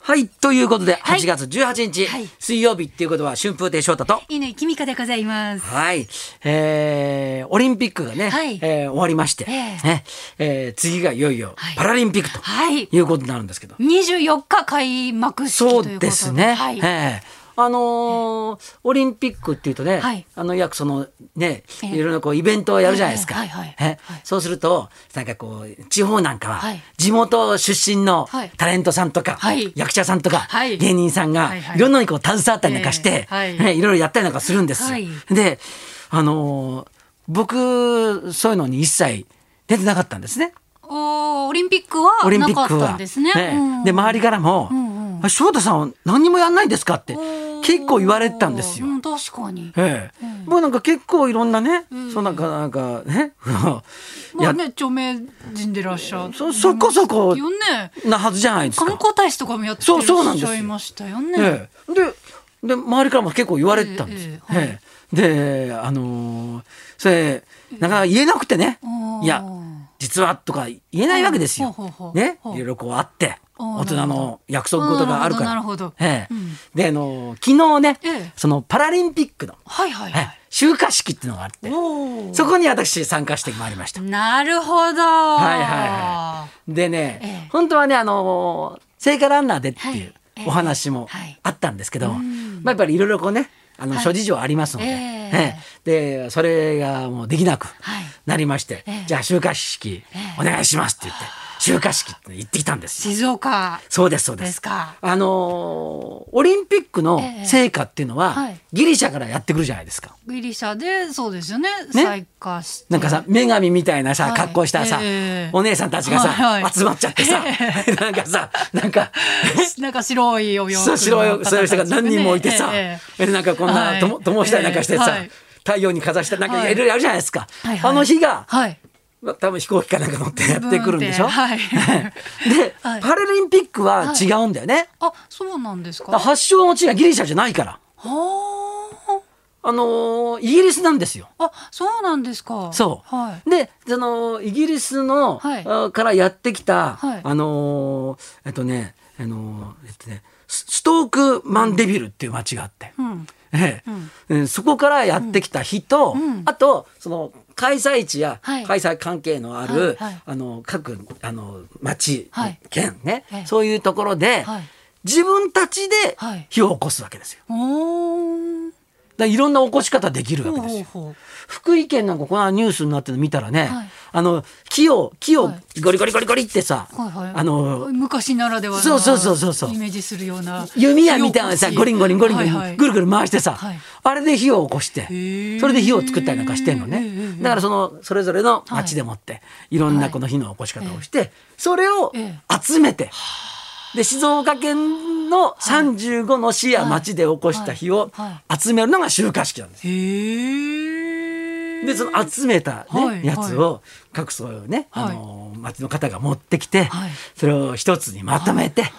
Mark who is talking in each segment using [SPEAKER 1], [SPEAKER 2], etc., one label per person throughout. [SPEAKER 1] はい、ということで、
[SPEAKER 2] はい
[SPEAKER 1] 8月18日、
[SPEAKER 2] はい
[SPEAKER 1] 水曜日っていうことは、春風亭昇太と、
[SPEAKER 2] 乾きみかでございます。
[SPEAKER 1] はい、えー、オリンピックがね、
[SPEAKER 2] はい
[SPEAKER 1] えー終わりまして、
[SPEAKER 2] ええ
[SPEAKER 1] ねえー次がいよいよ
[SPEAKER 2] はい
[SPEAKER 1] パラリンピックと
[SPEAKER 2] はい。
[SPEAKER 1] いうことになるんですけど、
[SPEAKER 2] 24日開幕式という
[SPEAKER 1] そ
[SPEAKER 2] こと
[SPEAKER 1] うですね。
[SPEAKER 2] はい。
[SPEAKER 1] ええあのーオリンピックっていうとね、
[SPEAKER 2] はい
[SPEAKER 1] あの約そのね、
[SPEAKER 2] ええ
[SPEAKER 1] いろんなこうイベントをやるじゃないですか。
[SPEAKER 2] はいはいはい
[SPEAKER 1] えそうするとなんかこう地方なんかは
[SPEAKER 2] はい
[SPEAKER 1] 地元出身の
[SPEAKER 2] はい
[SPEAKER 1] タレントさんとか、
[SPEAKER 2] はい
[SPEAKER 1] 役者さんとか、
[SPEAKER 2] はい
[SPEAKER 1] 芸人さんが
[SPEAKER 2] はいはい
[SPEAKER 1] いろんなのにこう携わったりなんかして、
[SPEAKER 2] ええはい
[SPEAKER 1] ねいろいろやったりなんかするんですよ。
[SPEAKER 2] はい
[SPEAKER 1] で、あのー僕そういうのに一切出てなかったんですね。
[SPEAKER 2] おーオリンピック は
[SPEAKER 1] オリンピ
[SPEAKER 2] なか
[SPEAKER 1] ッ
[SPEAKER 2] っ
[SPEAKER 1] ク
[SPEAKER 2] た
[SPEAKER 1] は。
[SPEAKER 2] んですね。
[SPEAKER 1] ええ
[SPEAKER 2] うん
[SPEAKER 1] で周りからも
[SPEAKER 2] んうん
[SPEAKER 1] あ「翔太さんは何にもやんないんですか?」って
[SPEAKER 2] おー
[SPEAKER 1] 結構言われてたんですよ
[SPEAKER 2] う。ん確かに。
[SPEAKER 1] ええもうなんか結構いろんなね、
[SPEAKER 2] ん
[SPEAKER 1] そうなんかなんかね い
[SPEAKER 2] まあ
[SPEAKER 1] や、
[SPEAKER 2] ね著名人でいらっしゃる。
[SPEAKER 1] そそこそこ
[SPEAKER 2] よね。
[SPEAKER 1] なはずじゃないです
[SPEAKER 2] 観
[SPEAKER 1] か。
[SPEAKER 2] 光大使とかもやってら
[SPEAKER 1] そう
[SPEAKER 2] っ
[SPEAKER 1] そうなんです
[SPEAKER 2] し
[SPEAKER 1] よ
[SPEAKER 2] ゃいましたよね。
[SPEAKER 1] ええでで周りからも結構言われてたんですよ。
[SPEAKER 2] えええ
[SPEAKER 1] ええであのーそれなかなか言えなくてね
[SPEAKER 2] お
[SPEAKER 1] 「
[SPEAKER 2] ー
[SPEAKER 1] いや実は」とか言えないわけですよ
[SPEAKER 2] ほうほうほ。う
[SPEAKER 1] ね
[SPEAKER 2] ほう
[SPEAKER 1] いろいろこうあって
[SPEAKER 2] おー
[SPEAKER 1] 大人の約束事があるから。
[SPEAKER 2] なるほどなる
[SPEAKER 1] ええ
[SPEAKER 2] ほどうん
[SPEAKER 1] であの昨日ね、
[SPEAKER 2] ええ
[SPEAKER 1] そのパラリンピックの、
[SPEAKER 2] はいはいは
[SPEAKER 1] ええ集荷式っていうのがあって
[SPEAKER 2] い。おー
[SPEAKER 1] そこに私参加してまいりました。
[SPEAKER 2] なるほど。
[SPEAKER 1] はいはいはい、でね、
[SPEAKER 2] ええ
[SPEAKER 1] 本当はねあの聖火ランナーでって
[SPEAKER 2] はいいうええ
[SPEAKER 1] お話も
[SPEAKER 2] はい
[SPEAKER 1] あったんですけど、
[SPEAKER 2] ん
[SPEAKER 1] まあ、やっぱりいろいろこうねあの
[SPEAKER 2] はい
[SPEAKER 1] 諸事情ありますので、
[SPEAKER 2] え
[SPEAKER 1] ええでそれがもうできなく
[SPEAKER 2] はい
[SPEAKER 1] なりまして、
[SPEAKER 2] ええ
[SPEAKER 1] じゃあ集荷式お願いしますって言って、集荷式って行ってきたんですよ
[SPEAKER 2] 静岡
[SPEAKER 1] そうですそうです。
[SPEAKER 2] ですか。
[SPEAKER 1] あのーオリンピックの
[SPEAKER 2] ええ
[SPEAKER 1] 成果っていうのは、
[SPEAKER 2] はい
[SPEAKER 1] ギリシャからやってくるじゃないですか。
[SPEAKER 2] ギリシャでそうですよね再開して
[SPEAKER 1] なんかさ女神みたいなさ
[SPEAKER 2] はい
[SPEAKER 1] 格好したさ、
[SPEAKER 2] ええ
[SPEAKER 1] お姉さんたちがさ、
[SPEAKER 2] はいはい
[SPEAKER 1] 集まっちゃってさ、 なんかさなん か
[SPEAKER 2] なんか白いお洋服
[SPEAKER 1] そう
[SPEAKER 2] の
[SPEAKER 1] 白いそういう人が
[SPEAKER 2] 方たち
[SPEAKER 1] 何人もいてさ、
[SPEAKER 2] え
[SPEAKER 1] えなんかこん
[SPEAKER 2] は
[SPEAKER 1] ないとも灯したりなんかしてさ、
[SPEAKER 2] ええはい
[SPEAKER 1] 太陽にかざしたりなんか
[SPEAKER 2] はい
[SPEAKER 1] いろいろあるじゃないですか、
[SPEAKER 2] はいはい
[SPEAKER 1] あの日が
[SPEAKER 2] え、はい
[SPEAKER 1] ま多分飛行機かなんか乗ってやってくるんでしょ、
[SPEAKER 2] ブーンっては い
[SPEAKER 1] で、
[SPEAKER 2] はい
[SPEAKER 1] パラリンピックは違うんだよね、
[SPEAKER 2] あそうなんですか
[SPEAKER 1] だから
[SPEAKER 2] は
[SPEAKER 1] 発祥の地がギリシャじゃないから
[SPEAKER 2] ー
[SPEAKER 1] あのーイギリスなんですよ。
[SPEAKER 2] あそうなんですか
[SPEAKER 1] そう、
[SPEAKER 2] はい
[SPEAKER 1] でそのイギリスの、
[SPEAKER 2] はい
[SPEAKER 1] あからやってきた、
[SPEAKER 2] はい
[SPEAKER 1] あのーえっとね,、あのーえっとねスストークマンデビルっていう町があって、
[SPEAKER 2] うん
[SPEAKER 1] ええ
[SPEAKER 2] うん
[SPEAKER 1] えーそこからやってきた日と、
[SPEAKER 2] うん
[SPEAKER 1] あとその開催地や
[SPEAKER 2] は
[SPEAKER 1] 開
[SPEAKER 2] い
[SPEAKER 1] 催関係のある、
[SPEAKER 2] はいはい
[SPEAKER 1] あの各あの町、
[SPEAKER 2] はい
[SPEAKER 1] 県ね、
[SPEAKER 2] ええ
[SPEAKER 1] そういうところで、
[SPEAKER 2] はい
[SPEAKER 1] 自分たちで
[SPEAKER 2] はい
[SPEAKER 1] 火を起こすわけですよ。
[SPEAKER 2] おー
[SPEAKER 1] だからいろんな起こし方できるわ
[SPEAKER 2] ほう
[SPEAKER 1] けです
[SPEAKER 2] ほう
[SPEAKER 1] よ。
[SPEAKER 2] ほう
[SPEAKER 1] 福井県なんかこのニュースになってるの見たらね、
[SPEAKER 2] はい
[SPEAKER 1] あの木を木を
[SPEAKER 2] はい
[SPEAKER 1] ゴリゴリゴリゴリってさ、
[SPEAKER 2] はいはい
[SPEAKER 1] あの
[SPEAKER 2] 昔ならではの
[SPEAKER 1] そうそうそうそうそう
[SPEAKER 2] イメージするような
[SPEAKER 1] 弓矢みたいなのさ
[SPEAKER 2] 火起こ
[SPEAKER 1] ゴリ
[SPEAKER 2] し
[SPEAKER 1] ンゴリンゴリンゴリン、
[SPEAKER 2] はいはい
[SPEAKER 1] ぐるぐる回してさ、
[SPEAKER 2] はい
[SPEAKER 1] あれで火を起こして
[SPEAKER 2] ー
[SPEAKER 1] それで火を作ったりなんかしてんの
[SPEAKER 2] へー
[SPEAKER 1] ねだからそのそれぞれの町でもって、い、ろんなこの火の起こし方をして、それを
[SPEAKER 2] え
[SPEAKER 1] 集めて、で静岡県の35の市や町で起こした火を
[SPEAKER 2] はいは
[SPEAKER 1] 集めるのが集火式なんですよ
[SPEAKER 2] へえ
[SPEAKER 1] でその集めた、ね
[SPEAKER 2] はい
[SPEAKER 1] やつを各そういうね、
[SPEAKER 2] はい
[SPEAKER 1] あのー町の方が持ってきて、
[SPEAKER 2] はい
[SPEAKER 1] それを一つにまとめて、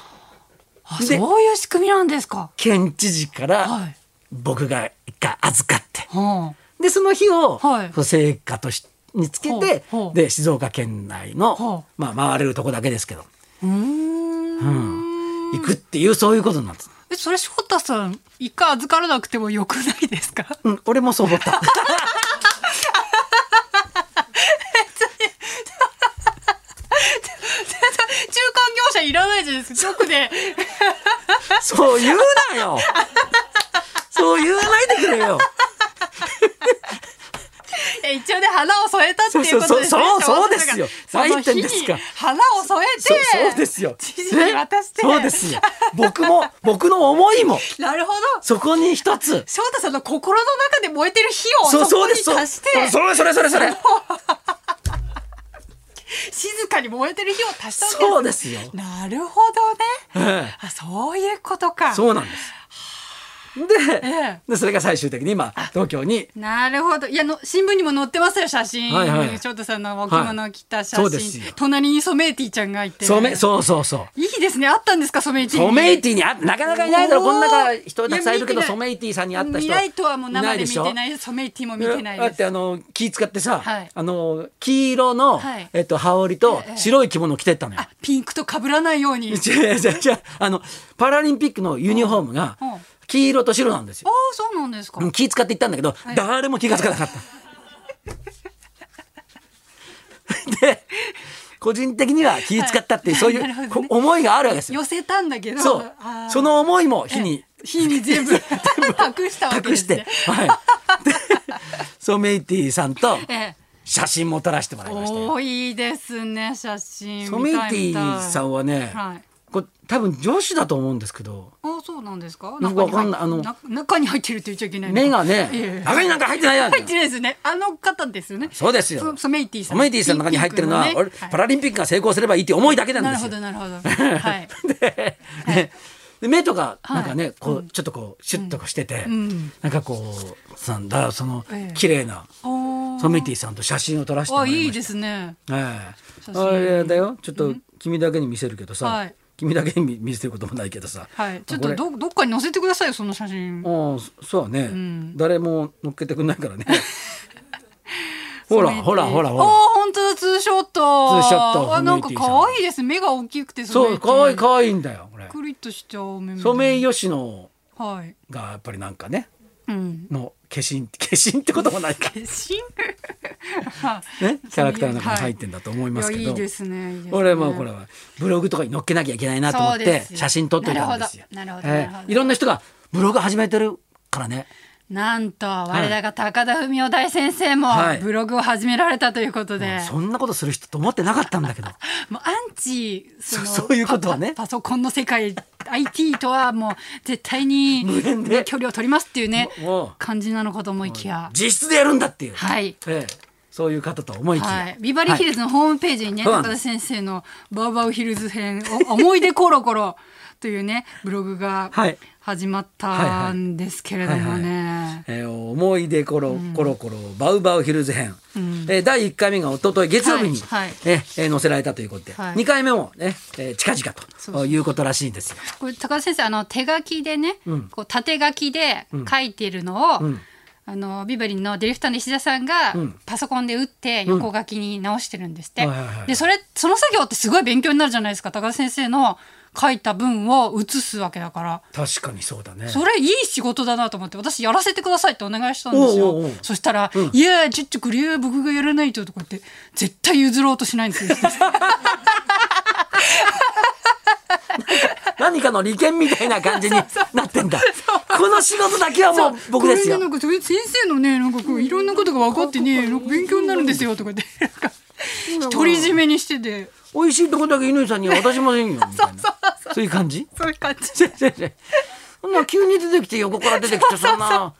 [SPEAKER 2] あ
[SPEAKER 1] で
[SPEAKER 2] そういう仕組みなんですか
[SPEAKER 1] 県知事か
[SPEAKER 2] は
[SPEAKER 1] ら
[SPEAKER 2] い
[SPEAKER 1] 僕が一回預かって
[SPEAKER 2] はあ
[SPEAKER 1] でその日を、
[SPEAKER 2] はい
[SPEAKER 1] そう成果としにつけて、
[SPEAKER 2] ほうほう
[SPEAKER 1] で静岡県内の、
[SPEAKER 2] ほ
[SPEAKER 1] まあ、回れるとこだけですけど
[SPEAKER 2] うーん
[SPEAKER 1] 行くっていうそういうことになってた、
[SPEAKER 2] えそれ翔太さん一回預からなくてもよくないですか
[SPEAKER 1] うん、俺もそう思った
[SPEAKER 2] 中間業者いらないじゃないですか直で
[SPEAKER 1] そう言うなよそう言わないでくれよ
[SPEAKER 2] え一応ね花を添えたっていうことです
[SPEAKER 1] そ
[SPEAKER 2] ね
[SPEAKER 1] うそうそうそうそうですよ
[SPEAKER 2] 翔
[SPEAKER 1] 何言
[SPEAKER 2] 太さんが
[SPEAKER 1] ってんですか
[SPEAKER 2] その日に花を添えて
[SPEAKER 1] そうそうですよ。
[SPEAKER 2] 知事に渡して
[SPEAKER 1] ねそうですよ。僕も、僕の思いも、
[SPEAKER 2] なるほど
[SPEAKER 1] そこに一つ。
[SPEAKER 2] 翔太さんの心の中で燃えてる火をそこ
[SPEAKER 1] う
[SPEAKER 2] に
[SPEAKER 1] です。そう
[SPEAKER 2] 足して
[SPEAKER 1] それそれそれそれ。
[SPEAKER 2] 静かに燃えてる火を足したんです
[SPEAKER 1] そうですよ。
[SPEAKER 2] なるほど
[SPEAKER 1] え
[SPEAKER 2] ね
[SPEAKER 1] え
[SPEAKER 2] あそういうことか
[SPEAKER 1] そうなんです。で,、
[SPEAKER 2] ええ
[SPEAKER 1] でそれが最終的に今東京に
[SPEAKER 2] なるほどいやの新聞にも載ってますよ写真、
[SPEAKER 1] はいはい
[SPEAKER 2] 翔太さんのお着物着た写真、
[SPEAKER 1] はいそうですよ
[SPEAKER 2] 隣にソメイティちゃんがいて
[SPEAKER 1] 染めそうそうそう
[SPEAKER 2] いいですねあったんですかソメイティ
[SPEAKER 1] ソメイティにあなかなかいないだろ
[SPEAKER 2] おー
[SPEAKER 1] こん中人たくさんいるけど
[SPEAKER 2] いや見てない
[SPEAKER 1] ソメイティさんに会った人
[SPEAKER 2] 見ないとはもう生で見
[SPEAKER 1] しょ
[SPEAKER 2] てないソメイティも見てない
[SPEAKER 1] だ
[SPEAKER 2] で
[SPEAKER 1] っ
[SPEAKER 2] す
[SPEAKER 1] てあの気使ってさ、
[SPEAKER 2] はい
[SPEAKER 1] あの黄色の、
[SPEAKER 2] はい
[SPEAKER 1] えっと羽織と
[SPEAKER 2] ええ
[SPEAKER 1] 白い着物を着てったのよ。
[SPEAKER 2] あピンクと被らないようにあ
[SPEAKER 1] 違う違う違うあのパラリンピックのユニフォームが
[SPEAKER 2] うんうん
[SPEAKER 1] 黄色と白なんですよ。
[SPEAKER 2] あそうなんですか、
[SPEAKER 1] うん気使って行ったんだけど、
[SPEAKER 2] い
[SPEAKER 1] 誰も気がつかなかった。 で個人的には気使ったっていう、
[SPEAKER 2] は
[SPEAKER 1] そう
[SPEAKER 2] い
[SPEAKER 1] い
[SPEAKER 2] なるほ
[SPEAKER 1] う
[SPEAKER 2] ど
[SPEAKER 1] こ
[SPEAKER 2] ね
[SPEAKER 1] 思いがあるわけですよ。
[SPEAKER 2] 寄せたんだけど
[SPEAKER 1] そう
[SPEAKER 2] あー
[SPEAKER 1] その思いも火に
[SPEAKER 2] 火に 全部 託したわけで
[SPEAKER 1] 託し
[SPEAKER 2] す、
[SPEAKER 1] て、
[SPEAKER 2] ね、
[SPEAKER 1] はい、でソメイティさんと
[SPEAKER 2] ええ
[SPEAKER 1] 写真も撮らせてもらいましたよ。
[SPEAKER 2] おーいいですね写真
[SPEAKER 1] ソメイティさん
[SPEAKER 2] は、
[SPEAKER 1] はね、
[SPEAKER 2] はい、
[SPEAKER 1] これ多分女子だと思うんですけど
[SPEAKER 2] あそうなんですか
[SPEAKER 1] なんかわかんない
[SPEAKER 2] 中に入っ中に入ってるって言っちゃいけないのか
[SPEAKER 1] 目がね、
[SPEAKER 2] ええ
[SPEAKER 1] 中になんか入ってないやん
[SPEAKER 2] 入ってないですねあの方ですよね
[SPEAKER 1] そうですよ
[SPEAKER 2] ソソメイティさ
[SPEAKER 1] ソ
[SPEAKER 2] ん
[SPEAKER 1] メイティさんの中に入ってるのは、
[SPEAKER 2] ピンク
[SPEAKER 1] 俺
[SPEAKER 2] ねはい
[SPEAKER 1] パラリンピックが成功すればいいって思いだけなん
[SPEAKER 2] な
[SPEAKER 1] で
[SPEAKER 2] る
[SPEAKER 1] す
[SPEAKER 2] ほ
[SPEAKER 1] よ。
[SPEAKER 2] どなるほど はい
[SPEAKER 1] でねで目とかなんかね、こうちょっとこうシュッとこうしてて、
[SPEAKER 2] ん
[SPEAKER 1] なんかこうさんだその
[SPEAKER 2] ええ
[SPEAKER 1] 綺麗な
[SPEAKER 2] おー
[SPEAKER 1] ソメイティさんと写真を撮らせても
[SPEAKER 2] あ
[SPEAKER 1] らいました。
[SPEAKER 2] いいですね
[SPEAKER 1] ええ
[SPEAKER 2] 写真
[SPEAKER 1] あれだよちょっと君だけに見せるけどさ、
[SPEAKER 2] はい
[SPEAKER 1] 君だけに見せることもないけどさ、
[SPEAKER 2] はいちょっ
[SPEAKER 1] これ
[SPEAKER 2] とどどっかに載せてくださいよその写真
[SPEAKER 1] ああそそうだね、
[SPEAKER 2] ん
[SPEAKER 1] 誰も乗っけてくんないから ねほら
[SPEAKER 2] ソメイティ
[SPEAKER 1] ほらほらほ
[SPEAKER 2] おー
[SPEAKER 1] ら
[SPEAKER 2] 本当だツーショット
[SPEAKER 1] ツーショット
[SPEAKER 2] あなんか
[SPEAKER 1] ソメイティさん
[SPEAKER 2] 可愛いです目が大きくて
[SPEAKER 1] そうかわいいかわいいんだよこれ
[SPEAKER 2] くりっとしちゃう目
[SPEAKER 1] ソメイヨシノ
[SPEAKER 2] はい
[SPEAKER 1] がやっぱりなんかね
[SPEAKER 2] うん
[SPEAKER 1] の化身化身ってこともないか
[SPEAKER 2] 決心
[SPEAKER 1] ねキャラクターの中に入ってんだと思い
[SPEAKER 2] い
[SPEAKER 1] ま
[SPEAKER 2] や
[SPEAKER 1] すけ
[SPEAKER 2] い
[SPEAKER 1] ど
[SPEAKER 2] いですねいいですね
[SPEAKER 1] 俺もこれはブログとかに載っけなきゃいけないなと思っ
[SPEAKER 2] そうで
[SPEAKER 1] て
[SPEAKER 2] すよ
[SPEAKER 1] 写真撮っといたんですよ。
[SPEAKER 2] なるほどなるほどなるほど
[SPEAKER 1] いろんな人がブログ始めてるからね。
[SPEAKER 2] なんと我らが高田文雄大先生も
[SPEAKER 1] はい
[SPEAKER 2] ブログを始められたということで、
[SPEAKER 1] そんなことする人と思ってなかったんだけど。
[SPEAKER 2] もうアンチその
[SPEAKER 1] そそういうことはね
[SPEAKER 2] パパパソコンの世界 IT とはもう絶対に、
[SPEAKER 1] 無縁で
[SPEAKER 2] ね距離を取りますっていうね
[SPEAKER 1] もう
[SPEAKER 2] 感じなのかと思いきや。
[SPEAKER 1] 実質でやるんだっていう。
[SPEAKER 2] はい
[SPEAKER 1] ええそういう方と思いきや。
[SPEAKER 2] はい、ビバリーヒル
[SPEAKER 1] ズ。
[SPEAKER 2] ズのホームページにね、
[SPEAKER 1] そうなん
[SPEAKER 2] 高
[SPEAKER 1] で
[SPEAKER 2] 田
[SPEAKER 1] す
[SPEAKER 2] 先生の「バウバウヒルズ編お 思い出コロコロ」というねブログが
[SPEAKER 1] はい
[SPEAKER 2] 始まったんですけれどもね、
[SPEAKER 1] えー思い出コロコロコロバウバウヒルズ編、えー第1回目が一昨日月曜日に、
[SPEAKER 2] はいはい
[SPEAKER 1] えーえー載せられたということで、
[SPEAKER 2] はい
[SPEAKER 1] 2回目も、ねえー近々
[SPEAKER 2] そうそ
[SPEAKER 1] ということらしいんですよ。
[SPEAKER 2] これ高田先生あの手書きでね、こう縦書きで書いてるのを、
[SPEAKER 1] ん
[SPEAKER 2] あのビバリンのディレクターの石田さんが
[SPEAKER 1] ん
[SPEAKER 2] パソコンで打って横書きに直してるんですって、
[SPEAKER 1] はいはいはい
[SPEAKER 2] でそれその作業ってすごい勉強になるじゃないですか高田先生の書いた文を写すわけだから。
[SPEAKER 1] 確かにそうだね。
[SPEAKER 2] それいい仕事だなと思って私やらせてくださいってお願いしたんですよ
[SPEAKER 1] おうおうおう
[SPEAKER 2] そしたら「いやちょっとこれは僕がやらないと」とかって絶対譲ろうとしないんですよ
[SPEAKER 1] 何かの利権みたいな感じになってんだ。この仕事だけはもう僕ですよ
[SPEAKER 2] これねな。んかそれ先生のねなんかこういろんなことが分かってねなんか勉強になるんですよとかってなんか独り占めにしてて
[SPEAKER 1] 美味しいとこだけ乾さんには渡しませんよ。みたいなそういう感じ
[SPEAKER 2] そういう感じ
[SPEAKER 1] 先生そんな急に出てきて横から出てきてそんな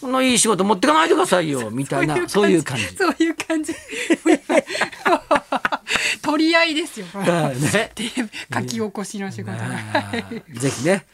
[SPEAKER 1] このいい仕事持ってかないでくださいよみたいなそういう感じ。
[SPEAKER 2] そういう感じ 取り合いです よ
[SPEAKER 1] だよね
[SPEAKER 2] で書き起こしの仕事が。
[SPEAKER 1] あーぜひね、
[SPEAKER 2] はい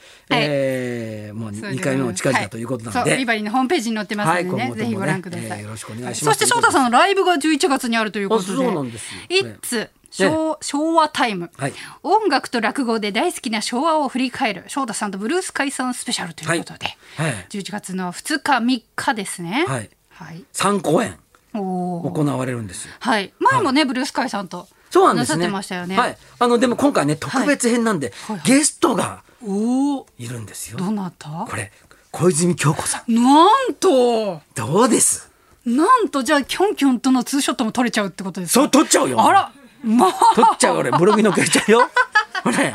[SPEAKER 1] えーもう2回目も近々ということなの
[SPEAKER 2] は
[SPEAKER 1] で、
[SPEAKER 2] そうビバリーのホームページに載ってますので
[SPEAKER 1] はい
[SPEAKER 2] ね、
[SPEAKER 1] 今後ともね
[SPEAKER 2] ぜひご覧ください、
[SPEAKER 1] えーよろしくお願いします
[SPEAKER 2] そして翔太さんのライブが11月にあるということで
[SPEAKER 1] あそうなんですよね
[SPEAKER 2] It's 昭昭和タイム、
[SPEAKER 1] はい
[SPEAKER 2] 音楽と落語で大好きな昭和を振り返る翔太さんとブルース解散スペシャルということで、
[SPEAKER 1] はいはい
[SPEAKER 2] 11月の2日3日ですね
[SPEAKER 1] はい
[SPEAKER 2] はい、
[SPEAKER 1] 3公演
[SPEAKER 2] おお
[SPEAKER 1] 行われるんですよ。
[SPEAKER 2] はい前もね、ブルース解散と
[SPEAKER 1] そうなんで
[SPEAKER 2] な
[SPEAKER 1] す
[SPEAKER 2] さっ
[SPEAKER 1] ね。
[SPEAKER 2] てましたよね
[SPEAKER 1] はい。あのでも今回ね特別編なんで、
[SPEAKER 2] はいはい
[SPEAKER 1] ゲストが
[SPEAKER 2] おお
[SPEAKER 1] いるんですよ。
[SPEAKER 2] どなた
[SPEAKER 1] これ小泉京子さん
[SPEAKER 2] なんと
[SPEAKER 1] どうです。
[SPEAKER 2] なんとじゃあキョンキョンとのツーショットも撮れちゃうってことですか
[SPEAKER 1] そう取っちゃうよ。
[SPEAKER 2] あらまあ
[SPEAKER 1] 取っちゃう 俺ブログに載っけちゃうよ。これ。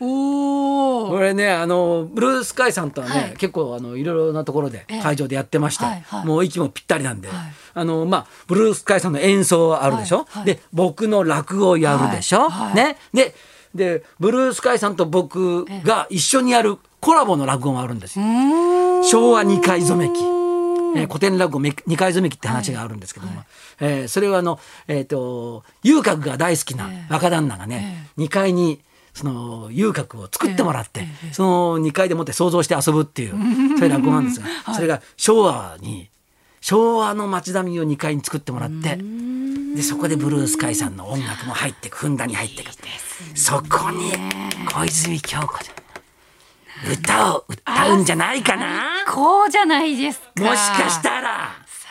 [SPEAKER 2] おお
[SPEAKER 1] これねあのブルースカイさんとはね、
[SPEAKER 2] はい
[SPEAKER 1] 結構あのいろいろなところで
[SPEAKER 2] ええ
[SPEAKER 1] 会場でやってまして、
[SPEAKER 2] はいはい
[SPEAKER 1] もう息もぴったりなんで、
[SPEAKER 2] い
[SPEAKER 1] あのまあブルースカイさんの演奏あるでしょ、
[SPEAKER 2] はいはい
[SPEAKER 1] で僕の落語やるでしょ、
[SPEAKER 2] はいはい
[SPEAKER 1] ねででブルースカイさんと僕が一緒にやるコラボの落語もあるんですよ。昭和二回染め期。えー古典落語め二回染め期って話があるんですけども、えーそれはあの、えっ、と、遊郭が大好きな若旦那がね、二階にその遊郭を作ってもらって、その2階でもって想像して遊ぶっていう、そういう落語なんですが、それが昭和に昭和の町並みを2階に作ってもらってでそこでブルースカイさんの音楽も入ってくふんだんに入ってくそこに小泉京子ちゃんの歌を歌うんじゃないかな
[SPEAKER 2] こうじゃないですか
[SPEAKER 1] もしかしたら。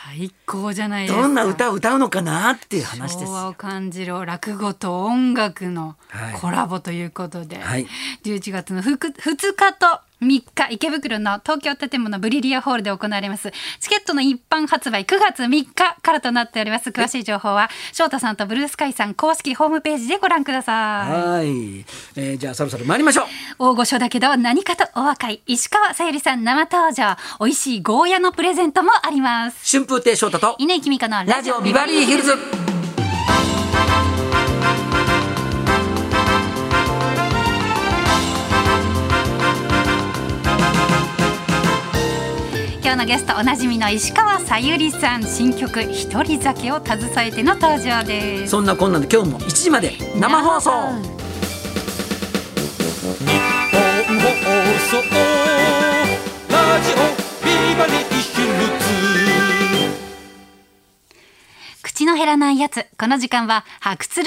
[SPEAKER 2] 最高じゃないですか
[SPEAKER 1] どんな歌を歌うのかなっていう話です
[SPEAKER 2] 昭。和を感じる落語と音楽のコラボということで、
[SPEAKER 1] はい
[SPEAKER 2] 11月のふく2日と3日池袋の東京建物ブリリアホールで行われますチケットの一般発売9月3日からとなっております詳しい情報は翔太さんとブルースカイさん公式ホームページでご覧ください
[SPEAKER 1] はい、えーじゃあそろそろ参りましょう。
[SPEAKER 2] 大御所だけど何かとお若い石川さゆりさん生登場美味しいゴーヤのプレゼントもあります
[SPEAKER 1] 春風亭昇太と
[SPEAKER 2] 稲井君香の
[SPEAKER 1] ラジオビバリーヒルズ。
[SPEAKER 2] 今日のゲストおなじみの石川さゆりさん新曲「ひとり酒」を携えての登場です
[SPEAKER 1] そんなこんなで今日も1時まで生放送。
[SPEAKER 3] 本放送ラジオビバリーヒルズ
[SPEAKER 2] 口の減らないやつこの時間は「発掘